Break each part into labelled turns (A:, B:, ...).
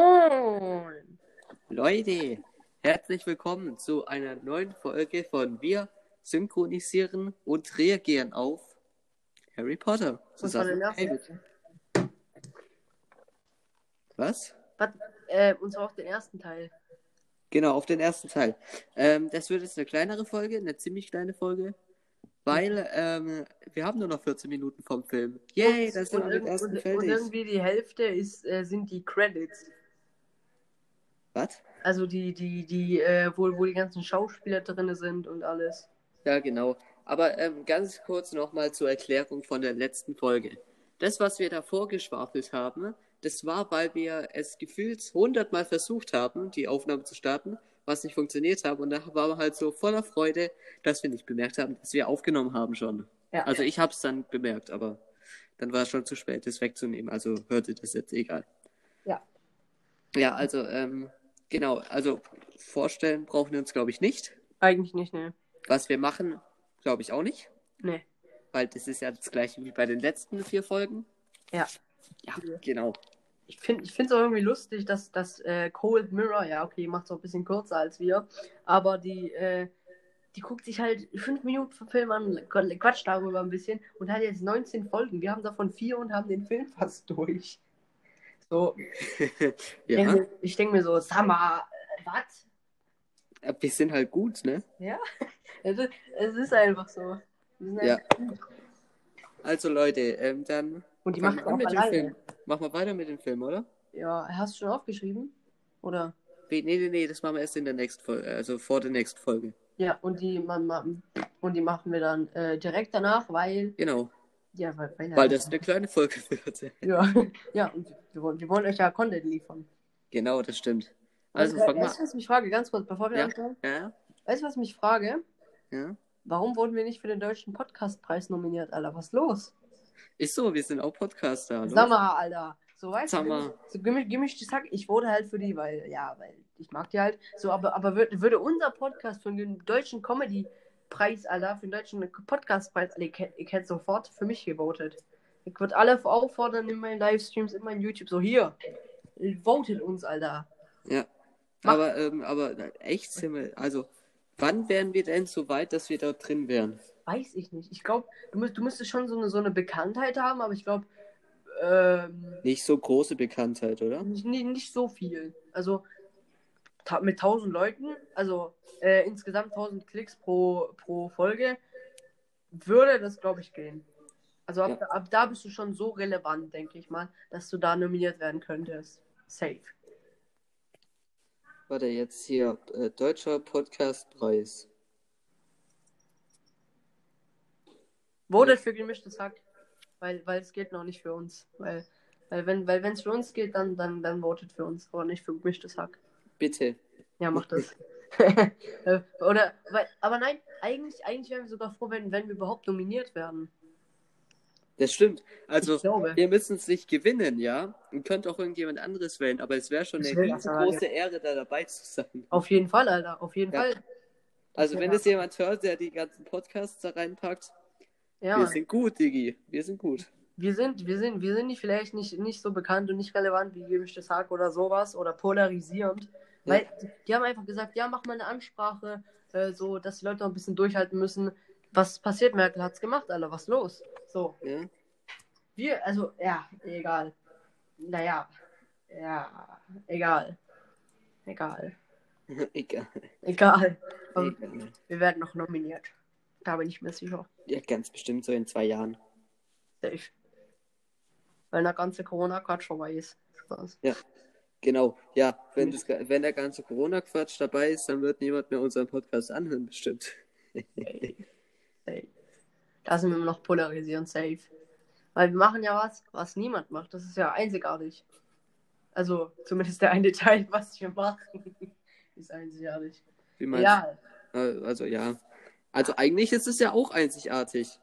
A: Moin!
B: Leute, herzlich willkommen zu einer neuen Folge von Wir synchronisieren und reagieren auf Harry Potter.
A: Muss man
B: Zusammen
A: denn
B: mit
A: ersten-
B: David. Was?
A: Was? Äh, und zwar auch den ersten Teil.
B: Genau, auf den ersten Teil. Ähm, das wird jetzt eine kleinere Folge, eine ziemlich kleine Folge, weil ähm, wir haben nur noch 14 Minuten vom Film. Yay, das sind wir mit
A: und,
B: dem
A: und,
B: ersten
A: und, und
B: fertig.
A: irgendwie die Hälfte ist, äh, sind die Credits.
B: Was?
A: Also die, die, die, äh, wo, wo die ganzen Schauspieler drin sind und alles.
B: Ja, genau. Aber ähm, ganz kurz nochmal zur Erklärung von der letzten Folge. Das, was wir davor geschwafelt haben, das war, weil wir es gefühlt hundertmal versucht haben, die Aufnahme zu starten, was nicht funktioniert hat. Und da waren wir halt so voller Freude, dass wir nicht bemerkt haben, dass wir aufgenommen haben schon.
A: Ja.
B: Also ich habe es dann bemerkt, aber dann war es schon zu spät, das wegzunehmen. Also hörte das jetzt egal.
A: Ja.
B: Ja, also ähm, genau. Also vorstellen brauchen wir uns, glaube ich, nicht.
A: Eigentlich nicht, ne?
B: Was wir machen, glaube ich auch nicht.
A: Ne.
B: Weil das ist ja das gleiche wie bei den letzten vier Folgen.
A: Ja.
B: Ja, genau.
A: Ich finde es auch irgendwie lustig, dass das äh, Cold Mirror, ja, okay, macht es auch ein bisschen kürzer als wir, aber die, äh, die guckt sich halt fünf Minuten vom Film an, quatscht darüber ein bisschen und hat jetzt 19 Folgen. Wir haben davon vier und haben den Film fast durch. So, ich
B: Ja,
A: denke mir, denk mir so, Summer, äh, was?
B: wir sind halt gut, ne?
A: Es ist- es ist einfach so. Wir sind halt,
B: Ja.
A: einfach gut.
B: Also Leute, ähm, dann
A: Und die
B: fangen
A: macht
B: wir an
A: auch
B: mit dem
A: alleine.
B: Film. Machen wir weiter mit dem Film, oder?
A: Ja, hast du schon aufgeschrieben? Oder?
B: Nee, nee, nee, das machen wir erst in der nächsten Folge, also vor der nächsten Folge.
A: Ja, und die, man, man, und die machen wir dann äh, direkt danach, weil.
B: Genau,
A: Ja, weil, weil,
B: weil das eine kleine Folge wird.
A: Ja, ja und wir wollen, wir wollen euch ja Content liefern.
B: Genau, das stimmt. Also
A: weißt,
B: fang mal
A: weißt du, was ich mich frage, ganz kurz, bevor wir
B: Ja.
A: anfangen?
B: Ja,
A: Weißt du, was ich mich frage?
B: ja.
A: Warum wurden wir nicht für den Deutschen Podcastpreis nominiert, Alter? Was ist los?
B: Ist so, wir sind auch Podcaster. hallo?
A: Sag mal, Alter. So weißt
B: Sag mal.
A: du, so gemisch, gemischtes Sack. Ich wurde halt für die, weil, ja, weil ich mag die halt. So, aber, aber würde, würde unser Podcast von dem Deutschen Comedy-Preis, Alter, für den Deutschen Podcastpreis, Alter, ihr kennt, ihr kennt sofort für mich gewotet. Ich würde alle auffordern in meinen Livestreams, in meinen YouTube, so hier. Votet uns, Alter.
B: Ja.
A: Mach-
B: Aber, ähm, aber echt, sind wir- also wann wären wir denn so weit, dass wir da drin wären?
A: Weiß ich nicht. Ich glaube, du, müsst, du müsstest schon so eine, so eine Bekanntheit haben, aber ich glaube, ähm,
B: Nicht so große Bekanntheit, oder?
A: nicht, nicht, nicht so viel. Also ta mit 1000 Leuten, also äh, insgesamt 1000 Klicks pro, pro Folge, würde das, glaube ich, gehen. Also ab,
B: Ja.
A: da- ab da bist du schon so relevant, denke ich mal, dass du da nominiert werden könntest. Safe.
B: Warte, jetzt hier, äh, Deutscher Podcastpreis.
A: Wurde für gemischtes Hack, weil, weil es geht noch nicht für uns. Weil, weil wenn weil es für uns geht, dann, dann, dann votet für uns, aber nicht für gemischtes Hack.
B: Bitte.
A: Ja, mach das. Äh, Oder, weil, aber nein, eigentlich, eigentlich wären wir sogar froh, wenn, wenn wir überhaupt nominiert werden.
B: Das stimmt. Also,
A: ich glaube.
B: wir müssen es nicht gewinnen, ja? Und könnt auch irgendjemand anderes wählen, aber es wäre schon
A: Das
B: eine
A: will ich aber
B: riesengroße Ehre, da dabei zu sein.
A: Auf jeden Fall, Alter, auf jeden
B: Ja.
A: Fall.
B: Also, wenn
A: Ja.
B: es jemand hört, der die ganzen Podcasts da reinpackt,
A: Ja,
B: wir
A: Mann.
B: sind gut, Digi. Wir sind gut.
A: wir sind, wir sind, wir sind nicht, vielleicht nicht, nicht so bekannt und nicht relevant wie gemischtes Hack oder sowas oder polarisierend.
B: Ja.
A: Weil die- die haben einfach gesagt, ja, mach mal eine Ansprache, äh, so, dass die Leute noch ein bisschen durchhalten müssen. Was passiert, Merkel hat's gemacht, Alter, was los? So,
B: Ja?
A: wir, also, ja, egal. Naja, ja, egal. Egal.
B: Egal.
A: Egal. Ähm,
B: Egal. ne.
A: wir werden noch nominiert. Da bin ich mir sicher.
B: Ja, ganz bestimmt so in zwei Jahren.
A: Safe. Wenn der ganze Corona-Quatsch vorbei ist. Spaß.
B: Genau, ja. Wenn,
A: Mhm.
B: das, wenn der ganze Corona-Quatsch dabei ist, dann wird niemand mehr unseren Podcast anhören, bestimmt.
A: Safe. Da sind wir immer noch polarisierend safe. Weil wir machen ja was, was niemand macht. Das ist ja einzigartig. Also, zumindest der eine Teil, was wir machen, ist einzigartig.
B: Wie meinst du?
A: Ja,
B: Äh, Also ja. Also eigentlich ist es ja auch einzigartig.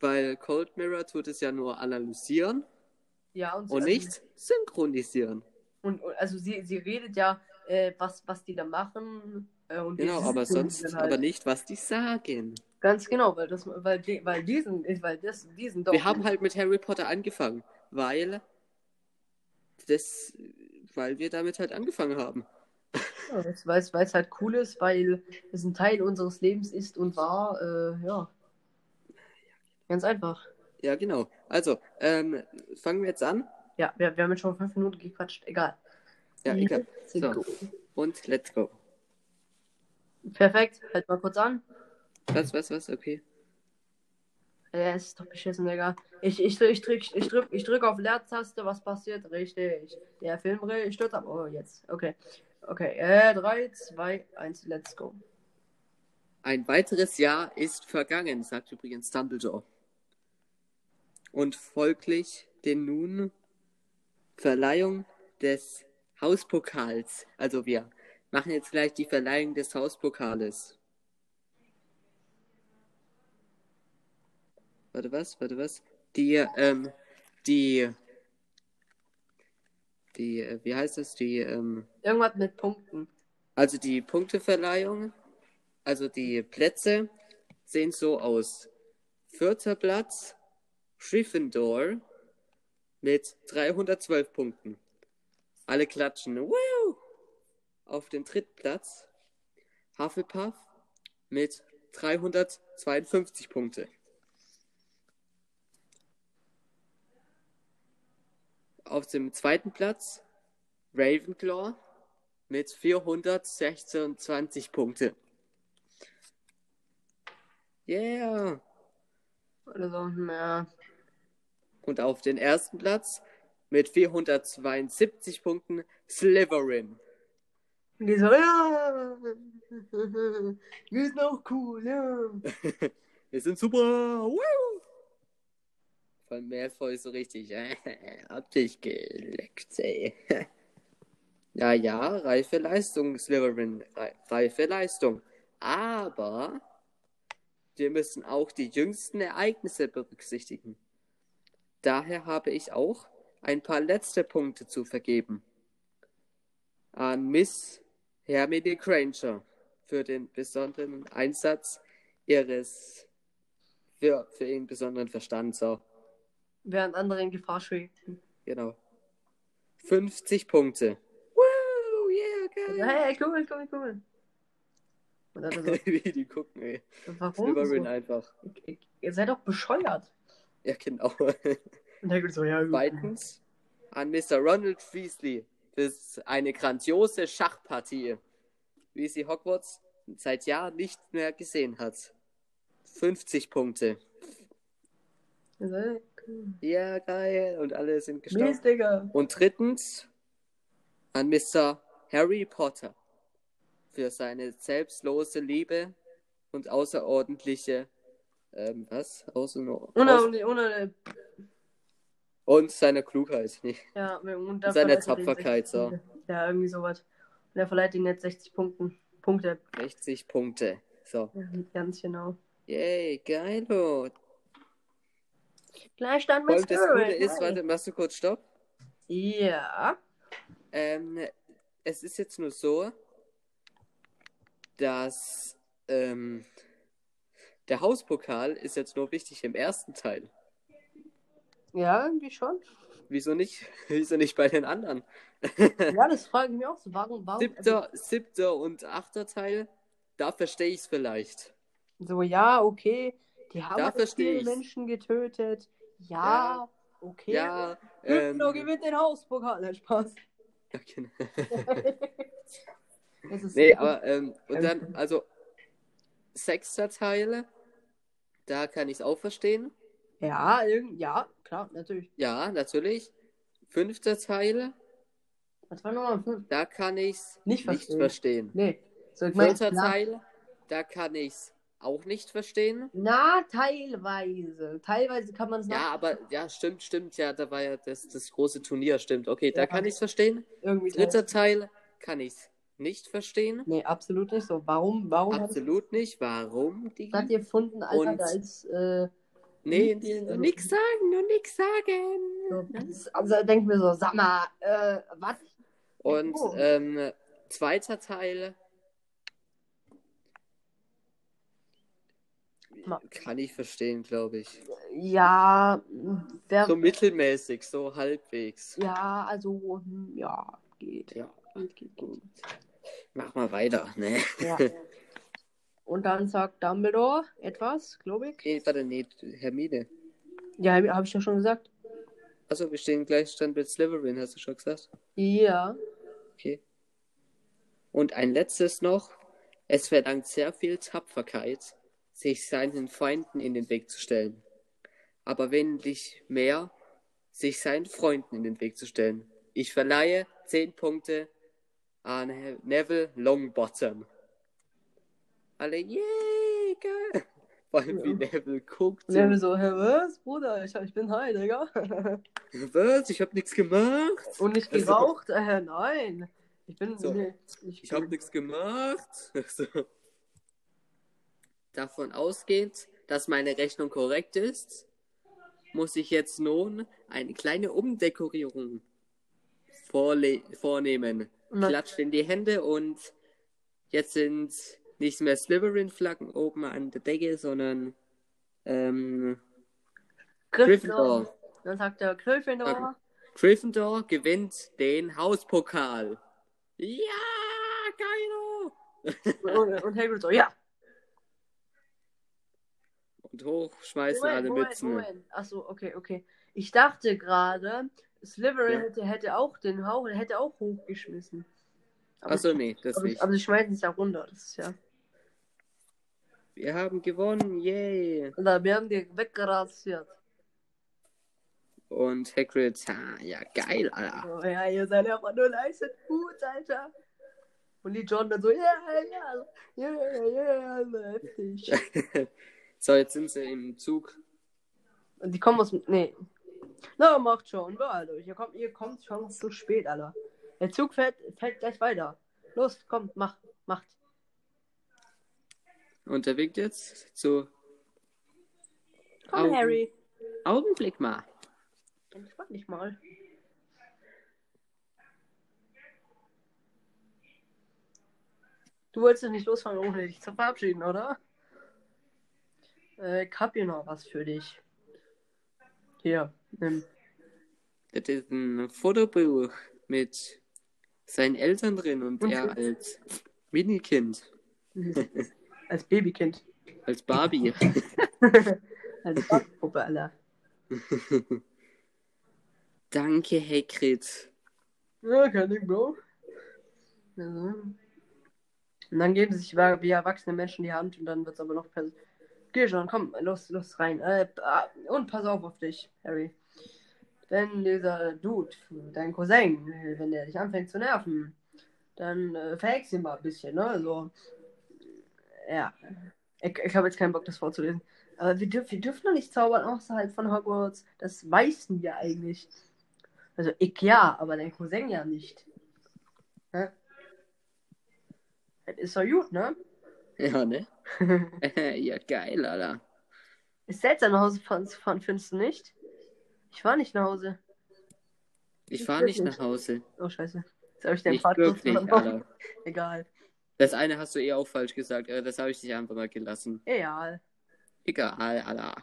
B: Weil Cold Mirror tut es ja nur analysieren
A: ja, und, so-
B: und
A: also-
B: nicht synchronisieren.
A: Und, und also sie, sie redet ja, äh, was, was die da machen. Äh, und
B: Genau,
A: dieses
B: aber
A: Ding
B: sonst
A: dann
B: aber nicht, was die sagen.
A: Ganz genau, weil das, weil, die- weil diesen, weil das, diesen doch.
B: Wir haben halt mit Harry Potter angefangen, weil das weil wir damit halt angefangen haben.
A: Ja, weil es halt cool ist, weil es ein Teil unseres Lebens ist und war. Äh, ja. Ganz einfach.
B: Ja, genau. Also, ähm, fangen wir jetzt an.
A: Ja, wir, wir haben jetzt schon fünf Minuten gequatscht. Egal.
B: Ja, egal.
A: Let's
B: So,
A: go.
B: und let's go.
A: Perfekt. Halt mal kurz an.
B: Was, was, was? Okay.
A: Ja, ist doch beschissen, Digga. Ich, ich, ich, drück, ich, drück, ich drück auf Leertaste, was passiert? Richtig. Der Film stürzt ab. Oh, jetzt. Okay. Okay. Äh, 3, 2, 1, let's go.
B: Ein weiteres Jahr ist vergangen, sagt übrigens Dumbledore. Und folglich den nun Verleihung des Hauspokals. Also wir machen jetzt gleich die Verleihung des Hauspokales. Warte was, warte was. Die, ähm, die, die, äh, wie heißt das? Die, ähm,
A: Irgendwas mit Punkten.
B: also die Punkteverleihung, also die Plätze sehen so aus. Vierter Platz, Gryffindor mit 312 Punkten. Alle klatschen. Wow! Auf dem dritten Platz, Hufflepuff mit 352 Punkte. Auf dem zweiten Platz, Ravenclaw mit 426 Punkte. Yeah!
A: Oder so. Ja.
B: Und auf den ersten Platz mit 472 Punkten Slytherin.
A: Und die so, ja. Wir sind auch cool, ja.
B: Wir sind super! Woo! Von Malfoy so richtig. äh, Hab dich geleckt, ey. ja, ja, reife Leistung, Slytherin. rei- Reife Leistung. Aber wir müssen auch die jüngsten Ereignisse berücksichtigen. Daher habe ich auch ein paar letzte Punkte zu vergeben. An Miss Hermine Granger für den besonderen Einsatz ihres für, für ihren besonderen Verstand. So,
A: Während andere in Gefahr schweben.
B: genau. 50 Punkte. Wow, yeah,
A: Ja, also- hey, cool, cool, cool. Und dann so,
B: Wie die gucken, ey.
A: warum?
B: Slytherin
A: So?
B: einfach.
A: Ich, ich, ihr seid doch bescheuert.
B: Ja, genau.
A: Und der so, ja, gut.
B: Zweitens an Mr. Ronald Weasley. Das ist eine grandiose Schachpartie, wie sie Hogwarts seit Jahren nicht mehr gesehen hat. 50 Punkte.
A: Ihr seid cool.
B: Ja, geil. Und alle sind gestorben.
A: Mies, Digga.
B: Und drittens an Mr. Harry Potter für seine selbstlose Liebe und außerordentliche ähm, was? Außer
A: Ohne,
B: aus
A: ohne, ohne
B: und seiner Klugheit. Nee.
A: Ja, und
B: In
A: da
B: seiner
A: verleiht er den
B: Tapferkeit,
A: 60
B: so.
A: Punkte. Ja, irgendwie sowas. Und er verleiht ihnen jetzt 60 Punkten. Punkte,
B: 60 Punkte. So.
A: ganz genau.
B: Yay, geilo.
A: Gleichstand
B: Vor
A: mit
B: allem das Coole
A: Slytherin.
B: ist,
A: hi.
B: warte, machst du kurz Stopp?
A: Ja.
B: Ähm, es ist jetzt nur so, dass ähm, der Hauspokal ist jetzt nur wichtig im ersten Teil.
A: Ja, irgendwie schon.
B: Wieso nicht? Wieso nicht bei den anderen?
A: Ja, das frage ich mich auch so. Warum, also, warum?
B: Siebter, siebter und achter Teil, da verstehe ich es vielleicht.
A: So, ja, okay. Die haben
B: Da
A: halt
B: versteh
A: viele
B: ich's.
A: Menschen getötet.
B: Ja.
A: Ja, okay.
B: Ja, ähm,
A: Gryffindor genau gewinnt den Hauspokal. Nein, Spaß.
B: ja, genau.
A: Das ist
B: nee, aber ähm, und dann, also sechster Teil, da kann ich es auch verstehen.
A: Ja, irgend... ja, klar, natürlich.
B: Ja, natürlich. Fünfter Teil,
A: Was war nochmal fünf?
B: da kann ich es
A: Nicht verstehen.
B: verstehen.
A: Nee. So, ich meine,
B: Vierter
A: klar,
B: Teil, da kann ich es auch nicht verstehen.
A: Na, teilweise. Teilweise kann man es
B: Ja, aber ja, stimmt, stimmt, ja, da war ja das, das große Turnier, stimmt. Okay, da
A: Ja.
B: kann ich es verstehen.
A: irgendwie so.
B: Dritter Teil kann ich nicht verstehen.
A: Nee, absolut nicht so. Warum, warum hat es
B: Absolut nicht. Warum? Die...
A: das gefunden, Alter,
B: Und-
A: da ist, äh,
B: Nee, die... nix sagen, nur nix sagen.
A: so, das ist, also denke ich mir so, sag mal, äh, was?
B: Und
A: Oh.
B: ähm, zweiter Teil.
A: Ma-
B: Kann ich verstehen, glaube ich.
A: Ja, wer,
B: So mittelmäßig, so halbwegs.
A: ja, also, hm, ja, geht.
B: Ja.
A: Geht, geht, geht.
B: Mach mal weiter, ne?
A: Ja. Und dann sagt Dumbledore etwas, glaube ich.
B: Nee, warte, nee, Hermine.
A: Ja, habe ich ja schon gesagt.
B: Achso, wir stehen gleich dann mit Slytherin, hast du schon gesagt.
A: Ja.
B: Okay. Und ein letztes noch. Es verlangt sehr viel Tapferkeit, sich seinen Feinden in den Weg zu stellen. Aber wesentlich mehr, sich seinen Freunden in den Weg zu stellen. Ich verleihe 10 Punkte an He- Neville Longbottom. Alle, yay, geil. Vor allem, wie Neville guckt.
A: Und dann so, hä, was, Bruder? Ich, ich bin high, Digga.
B: Was? Ich hab nichts gemacht.
A: Und nicht
B: Das ist
A: geraucht? Äh, nein. Ich bin.
B: Also, So.
A: nee, ich
B: Ich habe nichts gemacht. So. Davon ausgehend, dass meine Rechnung korrekt ist, muss ich jetzt nun eine kleine Umdekorierung vorle- vornehmen.
A: Na-
B: Klatscht in die Hände und jetzt sind nicht mehr Slytherin-Flaggen oben an der Decke, sondern ähm, Gryffindor.
A: Dann sagt er Gryffindor.
B: Okay. Gryffindor gewinnt den Hauspokal. Ja, geilo!
A: Und, und Hagrid so, ja.
B: Und hochschmeißen alle Mützen.
A: Achso, okay, okay. Ich dachte gerade, Slytherin
B: Ja.
A: hätte, hätte auch den Hauch, hätte auch hochgeschmissen. Aber,
B: Achso, nee, das
A: aber,
B: nicht.
A: aber sie schmeißen es ja runter. Das ist ja.
B: Wir haben gewonnen, yay!
A: Oder wir haben die weggerasiert.
B: Und Hagrid, ha, ja geil, Alter.
A: Oh, ja, ihr seid einfach nur leistet gut, Alter. Und die John dann so, ja, ja, ja, ja, ja, heftig.
B: So, jetzt sind sie im Zug.
A: Und die kommen aus dem. Nee. Na, macht schon. War durch. Ihr kommt, ihr kommt schon zu spät, Alter. Der Zug fährt, fährt gleich weiter. Los, kommt, mach, macht.
B: Unterwegs jetzt zu.
A: Komm,
B: Augen-
A: Harry.
B: Augenblick mal.
A: Entspann dich mal. Du wolltest doch nicht losfahren, ohne dich zu verabschieden, oder? Äh, ich hab hier noch was für dich. Hier, nimm.
B: Das ist ein Fotobuch mit seinen Eltern drin und
A: Und-
B: er als Minikind,
A: Als Babykind.
B: als Barbie.
A: Als Babypuppe, Alter.
B: Danke, Hagrid.
A: Ja, kein Ding, Bro. Also. Und dann geben sich wa- wie erwachsene Menschen die Hand und dann wird es aber noch pers Geh schon, komm, los, los rein. Äh, ah, und pass auf auf dich, Harry. Wenn dieser Dude, dein Cousin, wenn der dich anfängt zu nerven, dann äh, verhext ihn mal ein bisschen, ne? So. Ja. Ich, ich habe jetzt keinen Bock, das vorzulesen. Aber wir, dürf, wir dürfen doch nicht zaubern außerhalb von Hogwarts. Das weißen wir eigentlich. Also ich ja, aber dein Cousin ja nicht. Hä? Das ist doch gut, ne?
B: Ja, ne? ja, geil, Alter.
A: ist seltsam nach Hause fahren, zu fahren, findest du nicht? Ich war nicht nach Hause.
B: Ich
A: Nicht
B: fahr nicht
A: wirklich.
B: nach Hause.
A: Oh, scheiße. Jetzt habe ich deinen
B: Nicht
A: Part kurz
B: wirklich,
A: verloren.
B: Alter.
A: Egal.
B: Das eine hast du eh auch falsch gesagt, aber das habe ich dich einfach mal gelassen.
A: Egal.
B: Egal, Alter.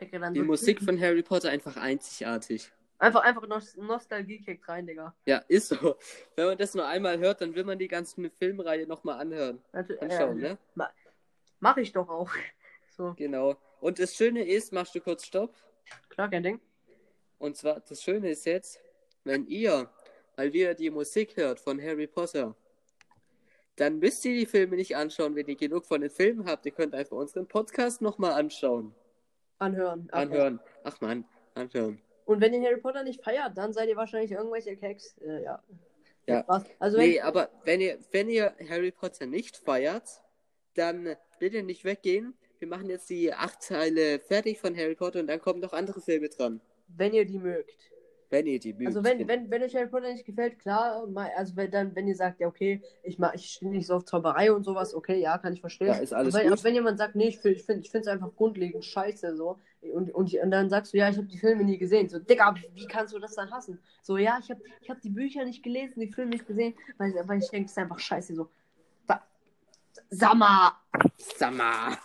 A: Decke dann
B: Die
A: so-
B: Musik von Harry Potter einfach einzigartig.
A: Einfach, einfach Nost Nostalgie-Kick rein, Digga.
B: Ja, ist so. Wenn man das nur einmal hört, dann will man die ganze Filmreihe nochmal anhören.
A: Also,
B: Anschauen,
A: äh,
B: ne?
A: Mach ich doch auch. So,
B: Genau. Und das Schöne ist, machst du kurz Stopp.
A: klar, kein Ding.
B: Und zwar, das Schöne ist jetzt, wenn ihr mal wieder die Musik hört von Harry Potter, dann müsst ihr die Filme nicht anschauen, wenn ihr genug von den Filmen habt. Ihr könnt einfach unseren Podcast nochmal anschauen.
A: Anhören. Ach,
B: Anhören. Ach man, anhören.
A: ja. Und wenn ihr Harry Potter nicht feiert, dann seid ihr wahrscheinlich irgendwelche Keks. Äh, ja.
B: Ja.
A: Spaß. Also, wenn
B: Nee, aber wenn ihr, wenn ihr Harry Potter nicht feiert, dann bitte nicht weggehen. Wir machen jetzt die acht Teile fertig von Harry Potter und dann kommen noch andere Filme dran.
A: wenn ihr die mögt.
B: Wenn ihr die mögt.
A: Also wenn, wenn, wenn euch Harry Potter nicht gefällt, klar, mal, also wenn dann, wenn ihr sagt, ja okay, ich mach, ich stehe nicht so auf Zauberei und sowas, okay, ja, kann ich verstehen.
B: Ja, ist alles
A: Aber wenn,
B: gut.
A: aber wenn jemand sagt, nee, ich finde ich find, ich find's einfach grundlegend scheiße so und, und, und dann sagst du, ja, ich habe die Filme nie gesehen. So, Digga, wie kannst du das dann hassen? So, ja, ich habe ich hab die Bücher nicht gelesen, die Filme nicht gesehen, weil, weil ich denke, das ist einfach scheiße so. Ba- Sag mal,
B: Summer.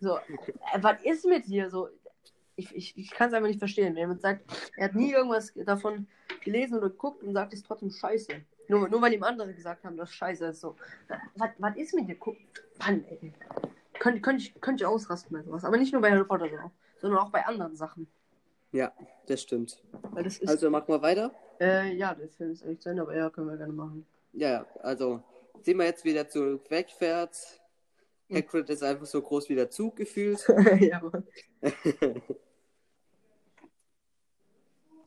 A: so, äh, was ist mit dir so? ich, ich, ich kann es einfach nicht verstehen. Wenn jemand sagt, er hat nie irgendwas davon gelesen oder geguckt und sagt, es ist trotzdem scheiße. Nur, nur weil ihm andere gesagt haben, dass scheiße ist. So. Was, was ist mit dir? Guck, Mann, ey. Könnte könnt ich, könnt ich ausrasten bei sowas. Aber nicht nur bei Harry Potter, sondern auch, sondern auch bei anderen Sachen.
B: Ja, das stimmt.
A: Weil das ist,
B: Also mach mal weiter.
A: äh, ja, der Film ist eigentlich zu Ende, aber ja, können wir gerne machen.
B: Ja, ja, also sehen wir jetzt, wie der Zug wegfährt.
A: Hm.
B: Hagrid ist einfach so groß wie der Zug gefühlt.
A: ja, Mann.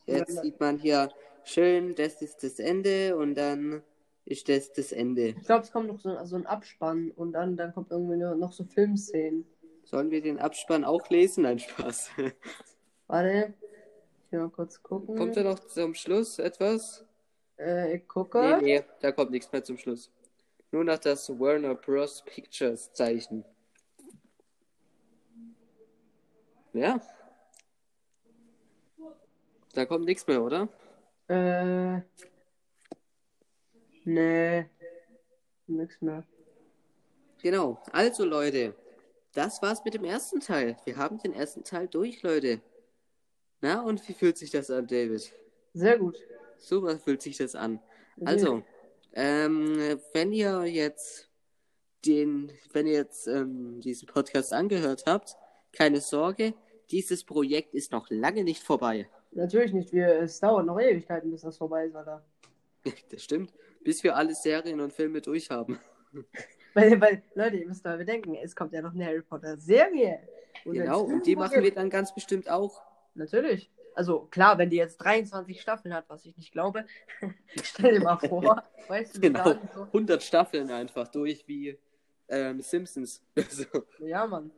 B: Jetzt sieht man hier schön, das ist das Ende und dann ist das das Ende.
A: Ich glaube, es kommt noch so, so ein Abspann und dann, dann kommt irgendwie nur noch so Filmszenen.
B: Sollen wir den Abspann auch lesen? Nein, Spaß.
A: Warte. Ich will mal kurz gucken.
B: Kommt da noch zum Schluss etwas?
A: äh, ich
B: Nee,
A: gucke.
B: nee, da kommt nichts mehr zum Schluss. Nur noch das Warner Bros. Pictures Zeichen. Ja. Da kommt nichts mehr, oder?
A: Äh. Nee. Nix mehr.
B: Genau. Also, Leute, das war's mit dem ersten Teil. Wir haben den ersten Teil durch, Leute. Na, und wie fühlt sich das an, David?
A: Sehr gut.
B: So was fühlt sich das an.
A: Hm.
B: Also, ähm, wenn ihr jetzt den, wenn ihr jetzt ähm, diesen Podcast angehört habt, keine Sorge, dieses Projekt ist noch lange nicht vorbei.
A: Natürlich nicht. Wir, es dauert noch Ewigkeiten, bis das vorbei ist, Alter.
B: Das stimmt. Bis wir alle Serien und Filme durch haben.
A: Weil, weil, Leute, ihr müsst mal bedenken, es kommt ja noch eine Harry Potter-Serie. Und wenn
B: Genau,
A: es
B: und die
A: irgendwo
B: machen wir
A: gibt-
B: dann ganz bestimmt auch.
A: Natürlich. Also klar, wenn die jetzt 23 Staffeln hat, was ich nicht glaube, stell dir mal vor, weißt du, die
B: Genau.
A: laden so,
B: 100 Staffeln einfach durch wie ähm, Simpsons. Also,
A: ja Mann,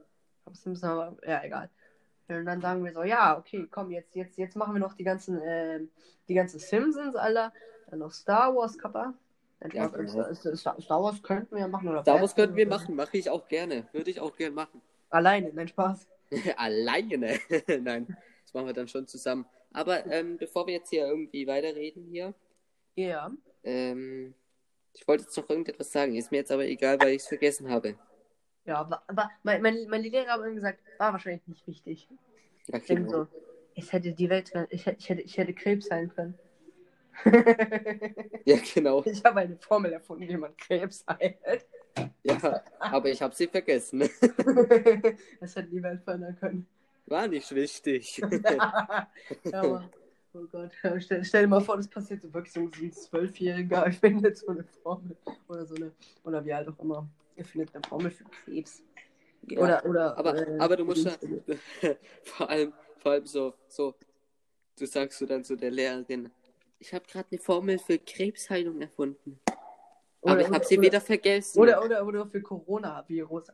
A: hab's müssen aber, ja egal. Und dann sagen wir so, ja, okay, komm, jetzt, jetzt, jetzt machen wir noch die ganzen, ähm, die ganzen Simpsons, Alter, dann noch Star Wars, Kappa. Dann
B: Ja,
A: Star-
B: genau.
A: Star, Star, Star Wars könnten wir ja machen, oder?
B: Star Wars könnten wir
A: Batman oder so.
B: machen, mache ich auch gerne. Würde ich auch gerne machen.
A: Alleine, nein, Spaß.
B: Alleine. Nein, das machen wir dann schon zusammen. Aber ähm, bevor wir jetzt hier irgendwie weiterreden hier,
A: Ja.
B: ähm, ich wollte jetzt noch irgendetwas sagen, ist mir jetzt aber egal, weil ich es vergessen habe.
A: Ja, aber, aber mein, mein, meine Lehrer haben immer gesagt, war wahrscheinlich nicht wichtig.
B: Ja,
A: Ich denke
B: genau.
A: so, es hätte die Welt, ich, hätte- ich, hätte, ich hätte Krebs sein können.
B: Ja, genau.
A: ich habe eine Formel erfunden, wie man Krebs heilt.
B: Ja, aber ich habe sie vergessen.
A: das hätte die Welt verändern können.
B: War nicht wichtig.
A: ja, aber, oh Gott, stell, stell dir mal vor, das passiert so wirklich so ein Zwölfjähriger erfindet so eine Formel oder so eine, oder wie halt auch immer, erfindet eine Formel für Krebs. Oder, oder,
B: Aber,
A: äh,
B: aber du musst ja
A: Krebs-
B: vor allem, vor allem so, so, du sagst du dann zu der Lehrerin, ich habe gerade eine Formel für Krebsheilung erfunden. Aber
A: oder-
B: ich habe sie
A: oder-
B: wieder vergessen.
A: Oder, oder, oder für Coronavirus.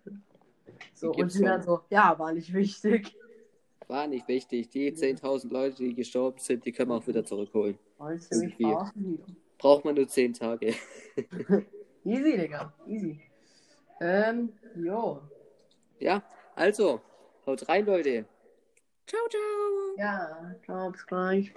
A: So, und
B: Gibt's
A: sie dann so, ja, war nicht wichtig.
B: War nicht wichtig. Die 10.000 Leute, die gestorben sind, die können wir auch wieder zurückholen.
A: Wolltest du mich
B: Irgendwie.
A: verarschen?
B: Braucht man nur 10 Tage.
A: Easy, Digga, easy. Ähm, jo.
B: Ja, also, haut rein, Leute. Ciao, ciao.
A: Ja, ciao, bis gleich.